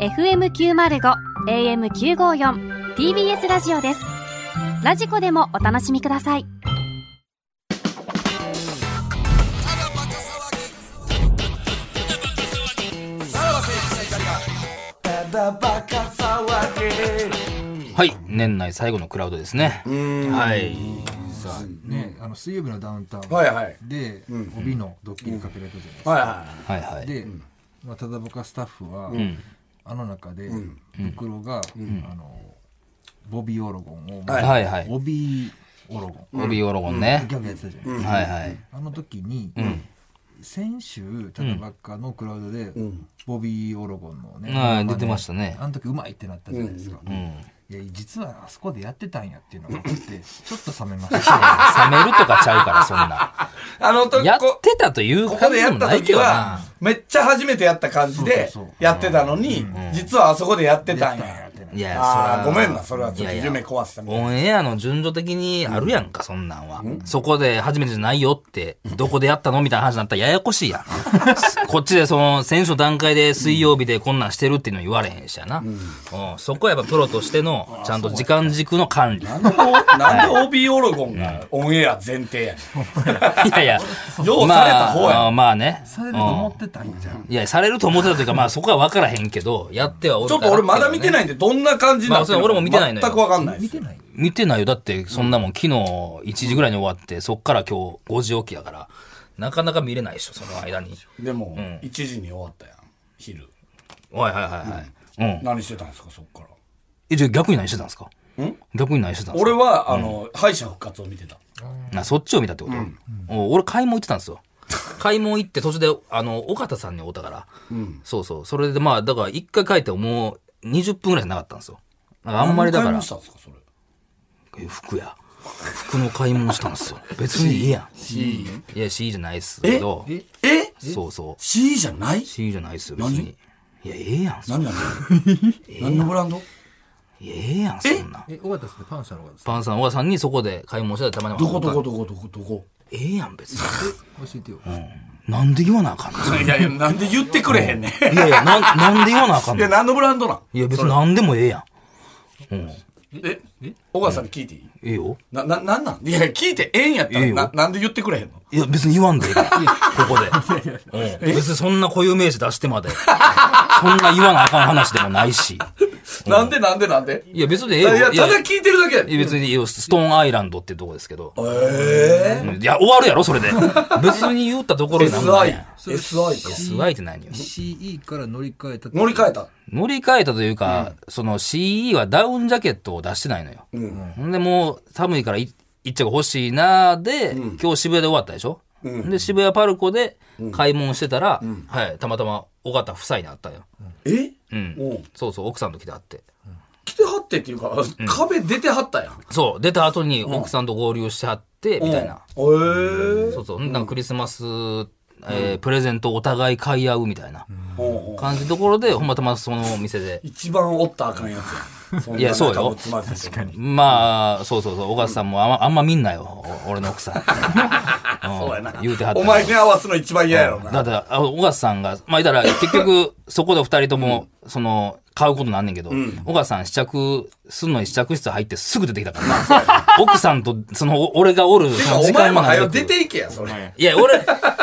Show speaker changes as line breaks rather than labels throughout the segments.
FM905 AM954 TBS ラジオですラジコでもお楽しみください
はい年内最後のクラウドですねはい
さね、あの水曜日のダウンタウンで、
はいはい
帯のドッキリかけられたじゃないですか、
はいは
はいはい
で、まあ、ただぼかスタッフは、あの中で、袋が、あのボビー・オロゴンを、
はい
はいはい
ボビー・オロゴン、
帯オロゴンね
ギャグやってたじゃないですか、
はいはい
あの時に、先週ただばっかのクラウドで、ボビー・オロゴンのね、
はい出てましたね
あの時うまいってなったじゃないですか、いや実はあそこでやってたんやっていうの が分かってちょっと冷めました
冷めるとかちゃう からそんな
い。あの時、
やっ
こ
てたという
こ
感
こで
じで
やっ
も
た
ないけ
時
ど
は
な、
めっちゃ初めてやった感じで
そうそうそう
やってたのに、実はあそこでやってたんや。
いや
ああ、
そ
ご
ら
めんな、それはちょっと
いやいや
夢壊したみたい
オンエアの順序的にあるやんか、そんなんは。そこで初めてじゃないよって、どこでやったのみたいな話になったらややこし いやん。こっちでその、選手の段階で水曜日でこんなんしてるっていうの言われへんしやな。うんそこはやっぱプロとしての、ちゃんと時間軸の 管理。い
な。なんで OB オロゴンがオンエア前提やねん
やいや、
用された方や
まあ、まあね。
されると思ってたんじゃん
いや、されると思ってたという か、まあそこは分からへんけど、やってはおる
ちょっ
から
と俺まだ見てないんで、どんな感じなのか
まあそれ俺も見てないのよ
全くわかんないで
見
す
て。ない
見てないよ。だって、そんなもん、昨日1時ぐらいに終わって、そっから今日5時起きやから、なかなか見れないでしょ、その間に。
でも、1時に終わったやん、昼。
はいはいはいはい。うん。
何してたんですか、そっから。
え、じゃあ逆に何してたんですか逆に何してたんです
俺
か
は、あの、敗者復活を見てた。
なそっちを見たってこと、お俺買い物行ってたんですよ。買い物行って途中で、あの、岡田さんに会うたから。そうそう。それでまあ、だから一回帰ってももう20分ぐらいじゃなかったんですよ。なんかあんまりだか
何
ら
買い物し、たんですか、それ。
え服や。服の買い物したん ですよ。別にいいやん。C? いや、C じゃないっすけど。
え
そうそう。
?C じゃない
C じゃないっすよ、別に。いや、ええやん、そん
何なんだよ 何のブランド
いやええやん、そんな。
え尾形さんってパンサーの方です
パンさん、小川さんにそこで買い物してたらたまに
どこどこどこどこどこ
ええやん、別に。
教えてよ、
なんで言わなあかんの
いやいや、なんで言ってくれへんねん。
いやいや、なん、なんで言わなあか ん
い
の
や、何のブランドなん
いや、別になんでもええやん。
え小川さんに聞いていい
ええよ。
な、な、なんなんいや、聞いてええんやった
ええ
ら、
よ
な、なんで言ってくれへんの
いや、別に言わんでええからここで。うん別にそんな固有名詞出してまで。そんな言わなあかん話でもないし。
なんでなんでなんで
いや、別にええ
いや、
よ。
いやただ
い
聞いてるだけや
や
で。
別にいいよ、ストーンアイランドってとこですけど。
え
うんいや、終わるやろ、そ れで。別に言ったところ
ぇ
になんないやん
?SI。。SI か。
SI って何よ。
CE から乗り換えた
乗り換えた。
乗り換えたというか、その CE はダウンジャケットを出してないのよ。ほんでもう寒いからい一着欲しいなーで、今日渋谷で終わったでしょ、で、渋谷パルコで買い物してたら、はい、たまたま尾形夫妻に会ったんよ。
え
うん。
おう
そうそう、奥さんと来て会って。
来てはってっていうか、壁出てはったやん。
そう、出た後に奥さんと合流してはって、みたいな。
うん。えぇ
そうそう、なんかクリスマス、えープレゼントお互い買い合うみたいな
おうおう
感じのところで、ほんまたまそのお店で
一番おったらあかんやつ やん。そんない
やそうよ
仲睦まじいとこ
まあ、そうそうそう、小川さんもあんまあんま見んなよ、お俺の奥さ ん。
そうやな。
言うてはった
お前に合わすの一番嫌やろな。
だって、あ小川さんが、まあ、いたら、結局、そこで二人とも、その、買うことなんねんけど、小川さん試着すんのに試着室入ってすぐ出てきたからな、奥さんと、その、お俺がおる、
て
そ
か、
の
お
時
前
間
も
もな
早
る
う出ていけや、それ。
いや、俺、だか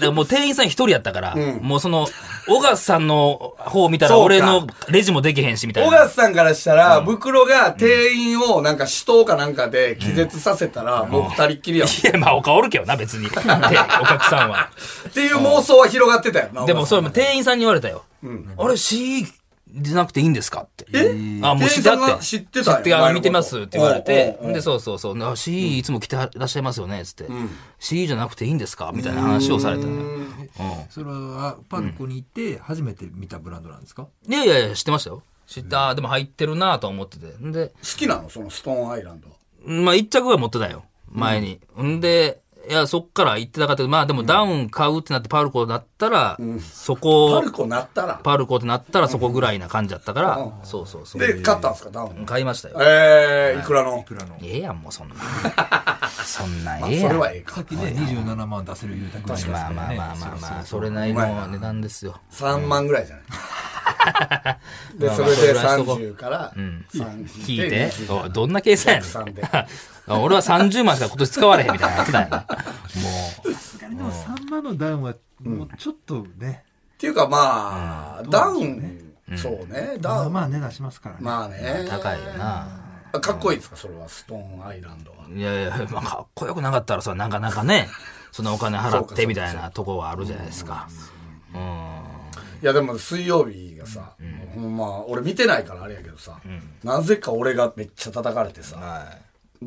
らもう店員さん一人やったから、もうその、小川さんの方見たら、
そうか
俺のレジもできへんし、みたい
小
な。
笠さんからしたら、袋が店員をなんか死闘かなんかで気絶させたら、もう二人っきりやん。っ
いや、まあ、他おるけどな、別 に。でお客さんは。
ていう妄想は広がってたよな。
でもそ
れ、
れも店員さんに言われたよ。あれ C じゃなくていいんですかって。あ、もう知って
店員さ
あ
ん
っ
が
て。
知ってたんや
あの見てますって言われて
おうおう。おう
で、そうそうそう。あ C いつも来てらっしゃいますよね、つって。C じゃなくていいんですかみたいな話をされたのよ。
それはパルコに行って初めて見たブランドなんですか、
いやいやいや、知ってましたよ。知った、あでも入ってるなとは思ってて。んで、
好きなのそのストーンアイランドは。
まあ、一着は持ってたよ。前に。んで、いや、そっから行ってたかったけど、まあでもダウン買うってなってパルコだったら、そ
パ
こ
ル、コなったら。
パルコってなったらそこぐらいな感じだったから、そうそうそう。
で、買ったんすか、ダウン。
買いましたよ。
えー、いくらの。
ええやん、もうそんなんそんなんええ
そ
や
れ
ん。
はええか。
さっきね27万出せる言うたくらいですか
まあ
ら
まあ
ね
まあまあまあ、それなり
うまいな
の値段ですよ。
3万ぐらいじゃない。で、それで30から30
聞いて
で、
おどんな計算やね
103で
ん。俺は30万しか今年使われへんみたいなのやってたんやな。もう。
すがにでも3万のダウンはもうちょっとね、
っていうかまあ、ダウン、そうね、ダ
ま
ウ
あ
ン。
まあ値段しますからね、
まあね。
高いよな。
あ。かっこいいですか、それは、ストーンアイランドは。
いやいや、まあ、かっこよくなかったらさ、なかなかね、そのお金払ってみたいなとこはあるじゃないですか。
いやでも水曜日がさ、ほんま俺見てないからあれやけどさ、なぜか俺がめっちゃ叩かれてさ、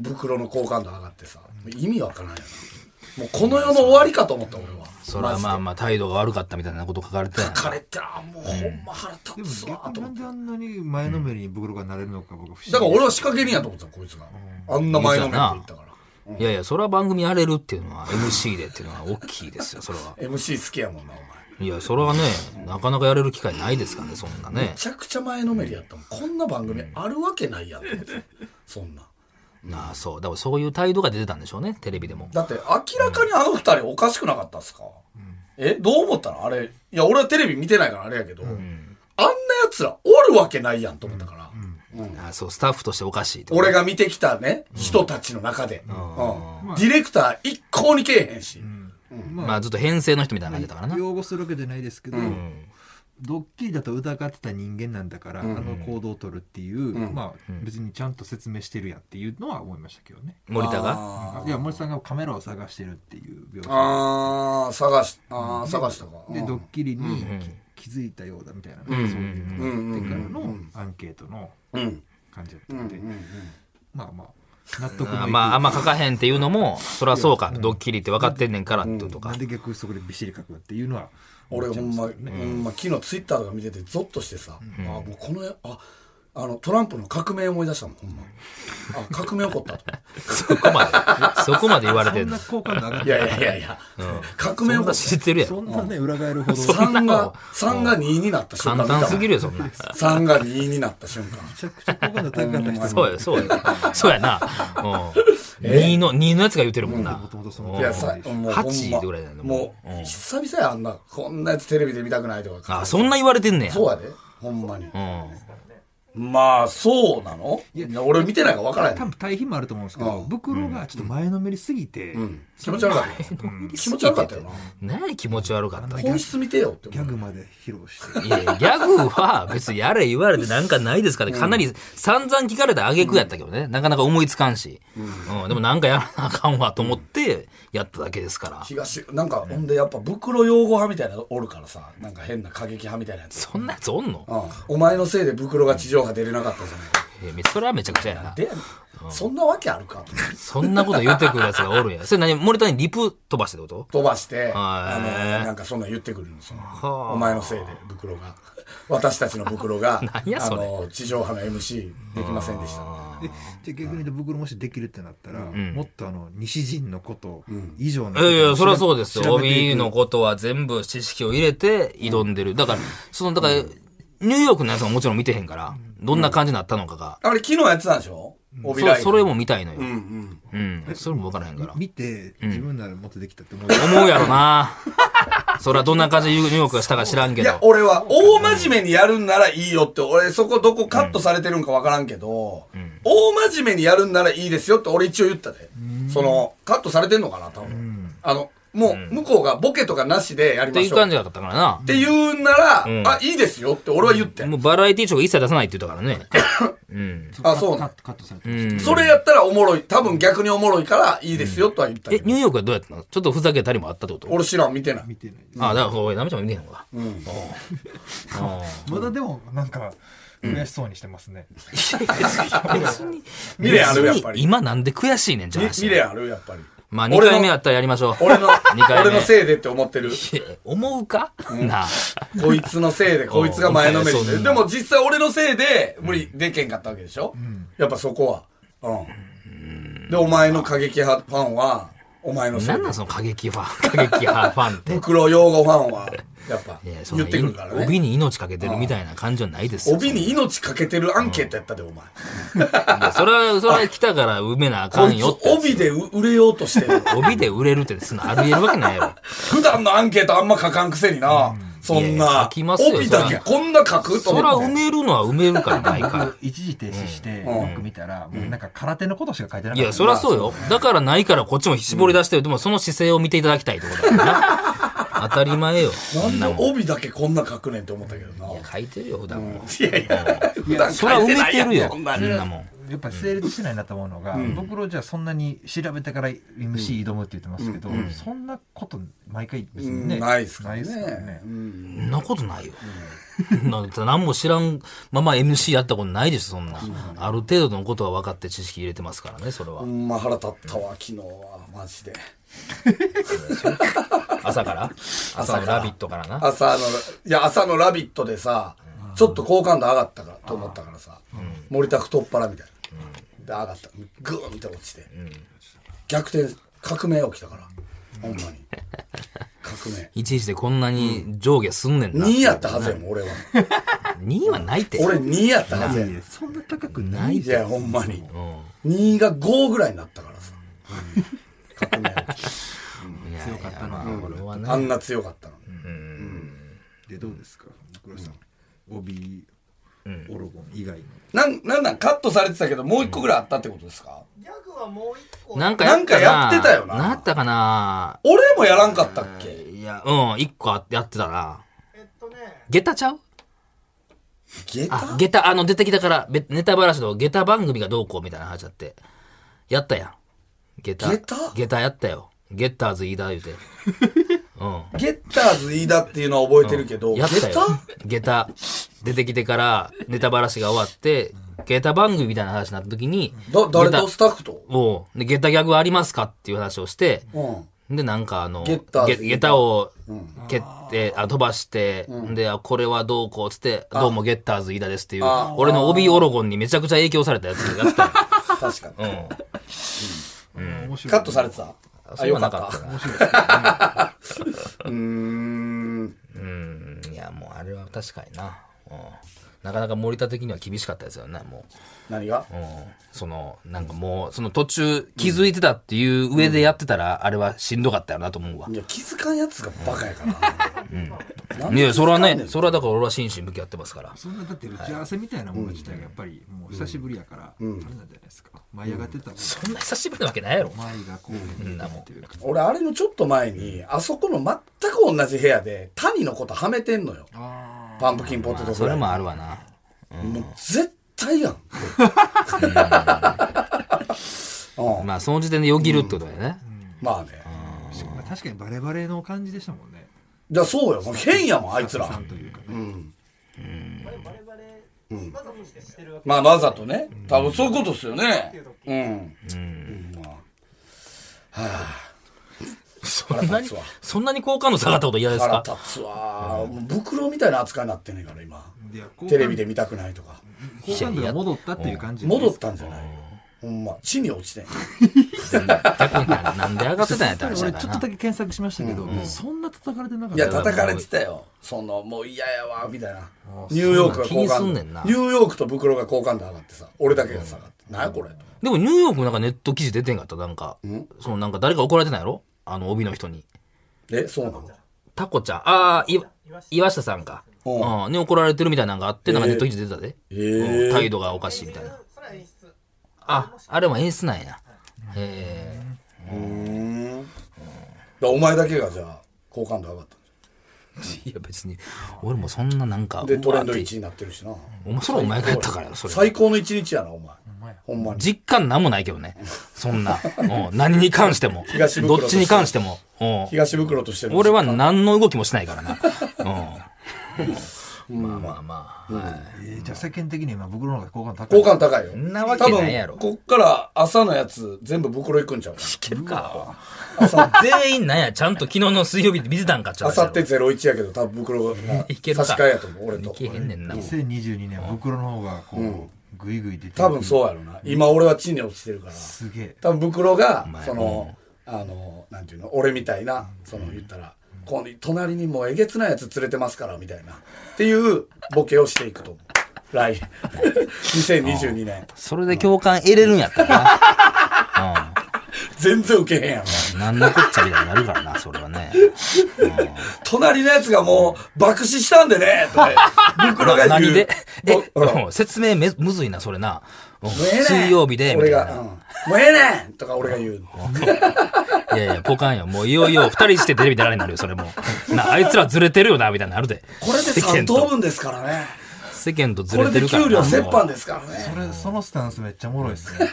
袋の好感度上がってさ意味わからんよなもうこの世の終わりかと思った俺は
それはまあまあ態度が悪かったみたいなこと書かれてたんやな
彼ってあもうほんま腹立つわ
逆
と思
にな
っ
ん
て、
であんなに前のめりに袋がなれるのか僕不思議
だから俺は仕掛け人やと思ってたこいつが、あんな前のめって言ったから
いやいや、それは番組やれるっていうのは、MC でっていうのは大きいですよ、それは。
MC 好きやもんなお前め
いや、それはね、なかなかやれる機会ないですからね、そんなね。
ちゃくちゃ前のめりやったもんこんな番組あるわけないやんと思って そんな
なあ、そう。だからそういう態度が出てたんでしょうね、テレビでも。
だって明らかにあの二人おかしくなかったっすか、えどう思ったのあれいや俺はテレビ見てないからあれやけど、あんな奴らおるわけないやんと思ったから、
ああそう、スタッフとしておかしいと。
俺が見てきたね、人たちの中で、うんディレクター一向にけえへんし、
まあ、ずっと編成の人みたいな感じだったからな。
擁護するわけじゃないですけど、ドッキリだと疑ってた人間なんだから、あの行動を取るっていう、まあ別にちゃんと説明してるやんっていうのは思いましたけどね、
森田が。
いや森さんがカメラを探してるっていう描写
あー探しあー探したか、
で
うん
ドッキリにき気づいたようだみたいな、ねそういうのがあってからのアンケートの
うん
感じだったので、まあまあ納得のい
ああ
く
まあ、あんま書かへんっていうのも、そりゃそうか、ドッキリって分かってんねんからってとか
なん。で逆にそこでびっしり書くっていうのは
俺ほんま,、ほんま昨日ツイッターとか見ててゾッとしてさ、あもうこのああのトランプの革命思い出したもんほんまあ革命起こったと
そこま で、そこまで言われて
そ
ん
ん
の
な。好感度上がっ
い
て
やいやいやいや、革命起こ
そんな
った
知ってるや
そ
ろ。
んなね裏返るほどめ
3が、三が2になった瞬間
簡
見たわ。
単すぎるよ、そんなん。
3が2になった瞬間。
ちゃくちゃ好感度高かった人
そうや、そうや。そうやな。うん。2の、2のやつが言ってるもんな。
もともとそ
うん
の
いや、さ、もうほんま。
8ぐらいだよね
も
も
う、久々や、あんな、こんなやつテレビで見たくないとか。
あ、そんな言われてんねや。
そうやで、ほんまに。
うん。
まあ、そうなのいや、俺見てないから分からへ
多
ん。
分対比もあると思うんですけど、袋がちょっと前のめりすぎて、
気持ち悪かったよ。気持ち悪かったよな。
何気持ち悪かったって
本質見てよって
ギ
思
ャ
う。
グまで披露して
いや、ギャグは別にやれ言われてなんかないですから、かなり散々聞かれた挙句やったけどね。なかなか思いつかんし。うん。でもなんかやらなあかんわと思ってやっただけですから。
東、なんか、ほんでやっぱ袋用語派みたいなのおるからさ、なんか変な過激派みたいなやつ。
そんなやつおんの
うんお前のせいで袋が地上波出れなかったじゃないか。
いやそれはめちゃくちゃやな。
で、そんなわけあるかと思って
そんなこと言ってくるやつがおるんや。 それ何森田にリプ飛ばしてってこと
飛ばして、あ
はい
の、なんかそんなん言ってくるの、そ
は
の、
あ
お前のせいで、袋が。私たちの袋が、 あ
何やそれ
の、地上波の MC できませんでしたみたいな。
でじゃあ逆に言うと袋もしできるってなったら、もっとあの西陣のこと以上の
いやいや、そりゃそうですよ。
調べていく
帯のことは全部知識を入れて挑んでる。だから、その、だから、ニューヨークのやつももちろん見てへんから、どんな感じになったのかが。
あれ、昨日やってたんでしょ帯ライブ。
そそれも見たいのよ
う。ん
うん。それも分からへんから。
見て自分ならもっとできたって思う、
思うやろな。 それはどんな感じでニューヨークがしたか知らん
うん。
け
いや、
ど。
俺は、大真面目にやるんならいいよって、俺、そこどこカットされてるんかわからんけど、大真面目にやるんならいいですよって俺一応言ったで。その、カットされてんのかな、多分。あの、もう、向こうがボケとかなしでやり
っ
ま
てい
し
う
ょう
感。じだったからな
っ。て言うなら、
ん
あ、いいですよって俺は言ってん。
もうバラエティーショー一切出さないって言ったからね。うん。
あそう
カ
な
ッ
ん
トカットされてました、
それやったらおもろい。多分逆におもろいからいいですよとは言ったけ
え、
ど。
ニューヨークはどうやったのちょっとふざけたりもあったってこと
俺知らん、見てない。
見てないです
ああ、だから、おい、ナメちゃんも見てへんわ。うん。 あ
まだでもなんか悔しそうにしてますね、
あ。別に、
未練あるやっぱり
別に今なんで悔しいねんじゃ
み
ん。
未練あるやっぱり。
まあ、
俺
2
の
回目やったらやりましょう。
俺の、
二回目
俺のせいでって思ってる。
いや思うか、なあ。
こいつのせいで、こいつが前のめり
う
で。
ん
でも実際俺のせいで無理でけんかったわけでしょやっぱそこは。うん。で、お前の過激派ファンは、お前のせい
なん
で
なん。その過激ファン、 過激派ファ ンって。
袋用語ファンは、やっぱ
いや、そ
言
の
ってくるからね。
帯に命かけてるみたいな感じはないですよ。
帯に命かけてるアンケートやったで、お前。
いやそれは、それは来たから埋めなあか
こ
ん
いつ
よって。
帯でう売れよう としてる。
帯で売れるって、そんなありえるわけないやろ。
普段のアンケートあんま書かんくせにな。そんな。
書きますよ
帯だけこんな書くと
そら
思っ
埋
て。
めるのは埋めるからないか
僕
ら。
一時停止して、
うん
よく見たら、もうなんか空手のことしか書いてな
い
かった。
や、そりゃそうよ。だからないからこっちも絞り出してる。でもその姿勢を見ていただきたいってことだからな。当たり前よ。そんな
なん
もん
で帯だけこんな書くねんって思ったけどな。い
書いてるよ、普段も。
やいや、普段
そら
書
埋
いてな
め
い
て
や
るよ、
そ
そ
ん
ん
な
な
の
もん。
やっぱり成立してないなと思うのが、僕らじゃあそんなに調べてから MC 挑むって言ってますけど、そんなこと毎回別にね、
ないっすから
ないですから
ね
ね。。
うん
そんなことないよ。なんて何も知らんまま MC やったことないですそんな。ある程度のことは分かって知識入れてますからね、それは
ほ。んま腹立ったわ、昨日は。マジで。
朝から朝の「ラビット!」からな。
朝の、いや、朝の「ラビット!」でさ、ちょっと好感度上がったから、と思ったからさ、森田太っ腹みたいな。で、上がった。グーンって落ちて。逆転、革命起きたから。ほんまに。革命。
いちいちでこんなに上下すんねんな。
2位やったはずやもん、俺は。
2はないって。
俺2位やったはずや。
い
い
やそんな高くない
い
や、ほんまに。2位が5ぐらいになったからさ。革命起き
強かったな。俺は
たあ
ね。
んな強かったのに。
でどうですか黒さん帯オロゴン以外の
なん、なんなんカットされてたけど、もう一個ぐらいあったってことですか、
なんかやった
なんかやってたよな
なったかな
俺もやらんかったっけ
いや、うん、一個あやってたな。下駄ちゃう
ゲ
あ
タ、
下駄、あの、出てきたから、べネタばらしの下駄番組がどうこうみたいな話あって。やったやん。下駄。
下駄
下駄やったよ。ゲッターズ飯田言うて。 うん。
ゲッターズ飯田っていうのは覚えてるけど、ゲ
やった
タ
よ。下駄出てきてから、ネタばらしが終わって、下駄番組みたいな話になった時に、
だ、誰
下
と
駄
スタッフと
おうで、下駄ギャグありますかっていう話をして、
うん。
で、なんかあの、
ゲッターズ
げ下駄を蹴って、あ飛ばして、で、あこれはどうこうっつって、どうもゲッターズ飯田ですっていう
あ、
俺の帯オロゴンにめちゃくちゃ影響されたやつやってたよ。
確か
う
に。
ん。
面白い
カットされてたあ、
それ
よ
は
か
な
った
か。ったな。
うーん。
うん。いや、もうあれは確かにな。うん。なかなか森田的には厳しかったですよね、もう。
何が
うんその、なんかもう、その途中気づいてたっていう上でやってたら、あれはしんどかったよなと思うわ
い。や、気づかんやつがバカやからな。
いや、それは
なんで
ね、
気づ
それはだから俺は真摯向き合ってますから。
そんなだって打ち合わせみたいなもの自体がやっぱりもう久しぶりやから、あれなんじゃないですか舞い上がってたもん
そんな久しぶりなわけないやろ。
舞がこう出てっていうか
かんねん俺、あれのちょっと前に、あそこの全く同じ部屋で、谷のことはめてんのよ。パンプキンポテトフ
そ
ラ
れ
イ。
もあるわな。
もう絶対やん。うん
まあ、その時点でよぎるってことだよね。
まあね。
しかも確かにバレバレの感じでしたもんね
じゃあそうよ。もう変やもん、あいつら。
さんというかね、
うん。うん。まあ、わざとね。多分そういうことっすよね。うん。うん。まあは
そ
あ、
ん
腹
な
立つ
に
わ。、
そんなに好感度下がったこと嫌です
腹
か
立つわ。もう袋みたいな扱いになってんねんから、今。
いや好感
テレビで見たくないとか。
好感度が戻ったっていう感じ
戻ったんじゃないほんま。地に落ちてん。
逆にななんで上がってたんや ったら
俺
し
ちょ
い
っ
か
と
ら
だ
な
け。検索しましたけど、そんな叩かれてなかっ
い
た
や、叩かれてたよ。その、もう嫌やわ、みたいな。ニューヨークが
そん
好
なん
感
気に
度。
すんねんな
ニューヨークと袋が好感度上がってさ、俺だけが下がって。なんやこれ。
でもニューヨークもなんかネット記事出てんかった。なんか、そのなんか誰か怒られてないやろあの、帯の人に。
え、そうなの
タコちゃん、ああ、い岩下さんか。
うん
うん。に怒られてるみたいなのがあって、なんかネット記事出てたで。
えー
うん態度がおかしいみたいな。あ、あれも演出なんや。へえ。
うん。お前だけがじゃあ、好感度上がったんじ
いや別に、俺もそんななんか
ゃん。、で、トレンド
うわーっ
1
て
位になってるしな。
お前、それお前がやったからよ、それ。
最高の一日やな、お前。ほんまに。
実感なんもないけどね。そんな。うん何に関しても
東。袋
ど
と
っ
して
ちに関しても。うん
東袋としての
俺は何の動きもしないからな。うん。まあまあまあ。はい
えーじゃあ世間的に今袋の方が好感度高い
好感度高いよ。
んなわけないやろ
多分こっから朝のやつ全部袋行くんちゃうか
いけるか。全員なんや、ちゃんと昨日の水曜日で見てたんか、ちょ
な。あ
っと
さって01やけど、多分袋が
いけるか
差し替えやと思う、俺
い
と
け。へんねんな。
2022年袋の方がこう、グイグイ出て
多分そうやろな。今俺は地に落ちてるから。
すげえ
多分袋が
前
そのあのなんていうの俺みたいなその言ったら、この隣にもうえげつないやつ連れてますからみたいなっていうボケをしていくと思う来2022年
それで共感得れるんやったらな。
全然受けへんやん。
なんのこっちゃみたいになるからな、それはね。
隣のやつがもう、爆死したんでね、とか言う、袋が言う
何でえ
おうん、
うん説明めむずいな、それな。うん
もうええねん
水曜日で、みた
俺
い
が、うん
な。
もうええねんとか俺が言う。
いやいや、ポカンよ。もういよいよ、二人してテレビ出られになるよ、それもう。な、あいつらずれてるよな、みたいになるで。
これで
世間
3等
と、
分ですからね。
世間とず
こ
れ
れ
て
で
るから
給
な。
料折
も
半ですからね。
それそのスタンスめっちゃおもろいです ね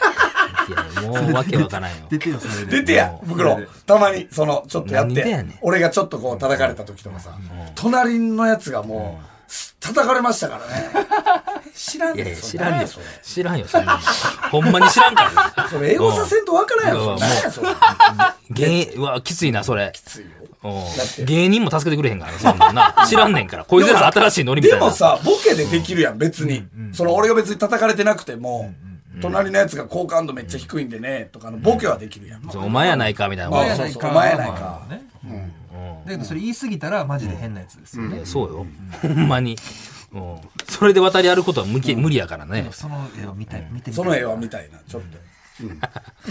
ういや、もうわけわからんよ。
出てよそれで
出てや、袋。たまに、その、ちょっとやっ
何で
て、
やねん
俺がちょっとこう叩かれた時とかさ、隣のやつがもう、す叩かれましたから ね。知らん
いやい
ね
や、
ん、
知
そ
らんよ
それ。。
知らんよ、そんなの。ほんまに知らんから。
それ英語させんとわからんや
うん
ろ、それ何やそれ。
芸、うわ、きついな、それ。
ついよ
うん
だって
芸人も助けてくれへんからな、そんなんな。知らんねんから。こいつら新しいノリみた
で
いな。
もさ、ボケでできるやん、別に。その、俺が別に叩かれてなくても、隣のやつが好感度めっちゃ低いんでね、とかのボケはできるやん。
そうお前やないか、みたいな。
まあ
前や
そう
ない
そう
か
お前やないか
ねだけどそれ言い過ぎたらマジで変なやつですよね、
いやそうよ。ほんまに。うんそれで渡り歩くことは無理無理やからね。
その絵を見たい、見てみたい
その絵はみたいな、ちょっと。うん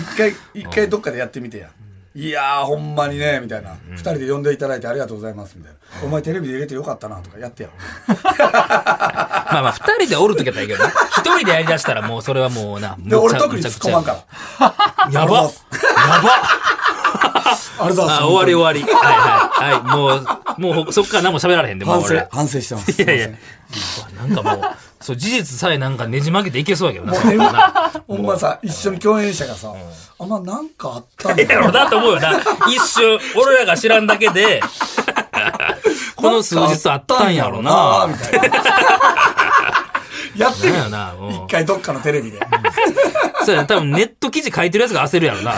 一回、一回どっかでやってみてや。いやー、ほんまにね、みたいな。二人で呼んでいただいてありがとうございます、みたいな。お前テレビで入れてよかったな、とかやってや。
まあまあ、二人でおるときやったらいいけどね。一人でやりだしたらもうそれはもうな。
で、俺特に突っ
むちゃくち
込
ゃ
まんから。
やば。やば。
あれだ、
あ、終わり終わり。はいはい。はい。もう、もうそっから何も喋られへんで、もう
反省
俺、。
反省してます。
いやいや。なんかもう、そう、事実さえなんかねじ曲げていけそうやけどな。
もう
そんなんな
ほんまさ、一緒に共演者がさ、あんまなんかあったん
ええや
や
ろなと思うよな。一瞬、俺らが知らんだけ で、この数日あったんやろな。
みた いな。やってみ
なんやなうん
一回どっかのテレビで。
そうやな、多分ネット記事書いてるやつが焦るやろな。あ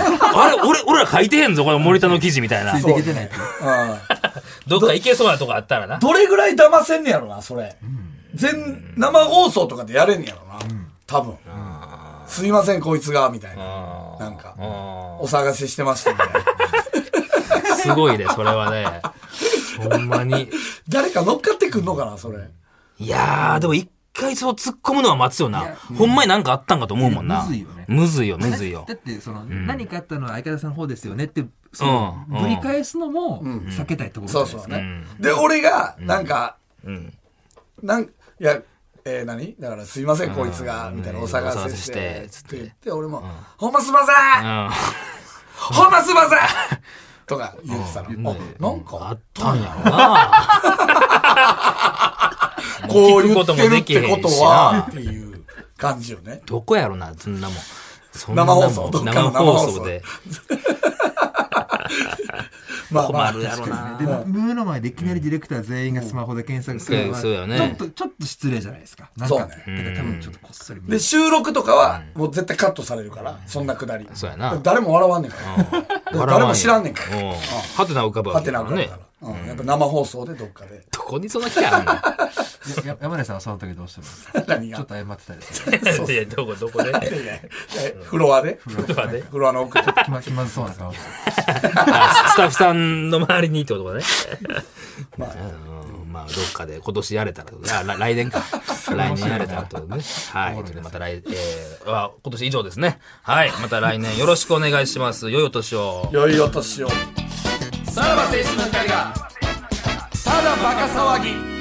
れ、俺、俺ら書いてへんぞ、この森田の記事みたいな。
そう
出てないと
どっか行けそうなとこあったらな。
どれぐらい騙せんねやろな、それ。全、生放送とかでやれんねやろな。多分。すいません、こいつが、みたいな。なんか、お探ししてましたみたい な。
すごいね、それはね。ほんまに。
誰か乗っかってくんのかな、それ。
いやー、でも一回そう突っ込むのは待つよな。ほんまになんかあったんかと思うもんな。
むずいよね
むずいよ、むずいよ
だ。ってその、何かあったのは相方さんの方ですよねってその、
うんうん
ぶり返すのも避けたいところじ
そ
ゃ
う
ないです
そ
か
うね。で、俺が、なんか、
うん。
なん、いや、えー、何だから、すいません、こいつが、
うん
みたいな、お探
お騒が
せ
せ
し
してて、
つっ
つってて
言って、俺も、ほんますいませ
うんん。
ほんますいま せんとか言ってたら、あ、なんかあ
あ
っ
っ、たんやろな。
こう
聞く
言
こ
って
と
るっ
もできへ
て
んしな
ことは、っていう感じよね。
どこやろな、そんなもん。そんな
生
もん
放送、どっかの
生
生放
放
送
送で。
まあま
困
あ
る、やろな。
で目の前でいきなりディレクター全員がスマホで検索するのは、
うんそうやね
ちょっとちょっと失礼じゃないですかなんか
そうね
だから多分ちょっとこっそり見て
で、収録とかは、もう絶対カットされるから、そんなくだり。
そうやな
誰も笑わんねんから。 誰も知らんねんから。
うんハテナ浮かぶわ
は
け
て
だ
な
から
くなる
ね
か。ら。うんやっぱ生放送でどっかで。
どこにそんな機会あ
やや山根さんはその時どうしてますか
何
ちょっ
が
と謝ってたです
んのいや、どこ、どこで。
いやいやいやフロアで
とかね
フロア の奥で。
気ま気まずそうな顔して
あ スタッフさんの周りにってこと かね。
まあ
うんまあ、どっかで今年やれたらと、あら来 年か。来年やれたらとね。はい。ちょっとまた来、えー、あ今年以上ですね。はい。また来年よろしくお願いします。良いお年を。
良いお年をさらば青春の光がただバカ騒ぎ